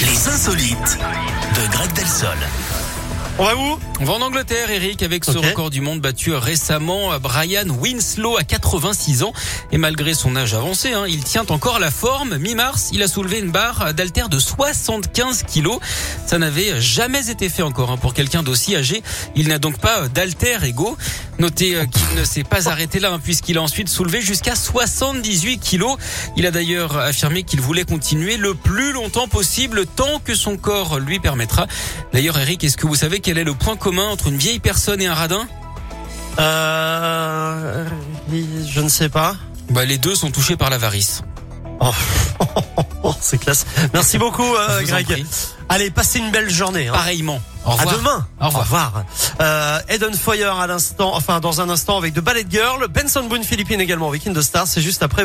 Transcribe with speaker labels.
Speaker 1: Les insolites de Greg Delsol.
Speaker 2: On va où
Speaker 3: On va en Angleterre, Eric, avec ce
Speaker 2: Ok.
Speaker 3: record du monde battu récemment à Brian Winslow à 86 ans. Et malgré son âge avancé, hein, il tient encore la forme. Mi-mars, il a soulevé une barre d'haltère de 75 kilos. Ça n'avait jamais été fait encore hein, pour quelqu'un d'aussi âgé. Il n'a donc pas d'alter ego. Notez euh, qu'il ne s'est pas arrêté là, hein, puisqu'il a ensuite soulevé jusqu'à 78 kilos. Il a d'ailleurs affirmé qu'il voulait continuer le plus longtemps possible, tant que son corps lui permettra. D'ailleurs, Eric, est-ce que vous savez quel est le point commun entre une vieille personne et un radin
Speaker 2: Euh... Je ne sais pas.
Speaker 3: Bah, les deux sont touchés par l'avarice.
Speaker 2: Oh, oh, c'est classe. Merci beaucoup, euh,
Speaker 3: Je vous en
Speaker 2: Greg.
Speaker 3: prie.
Speaker 2: Allez, passez une belle journée. hein.
Speaker 3: Pareillement. Au
Speaker 2: À
Speaker 3: revoir.
Speaker 2: demain.
Speaker 3: Au revoir.
Speaker 2: Euh, Eden Foyer à l'instant, enfin dans un instant avec The Ballet Girl, Benson Boone Philippine également avec In the Stars. C'est juste après.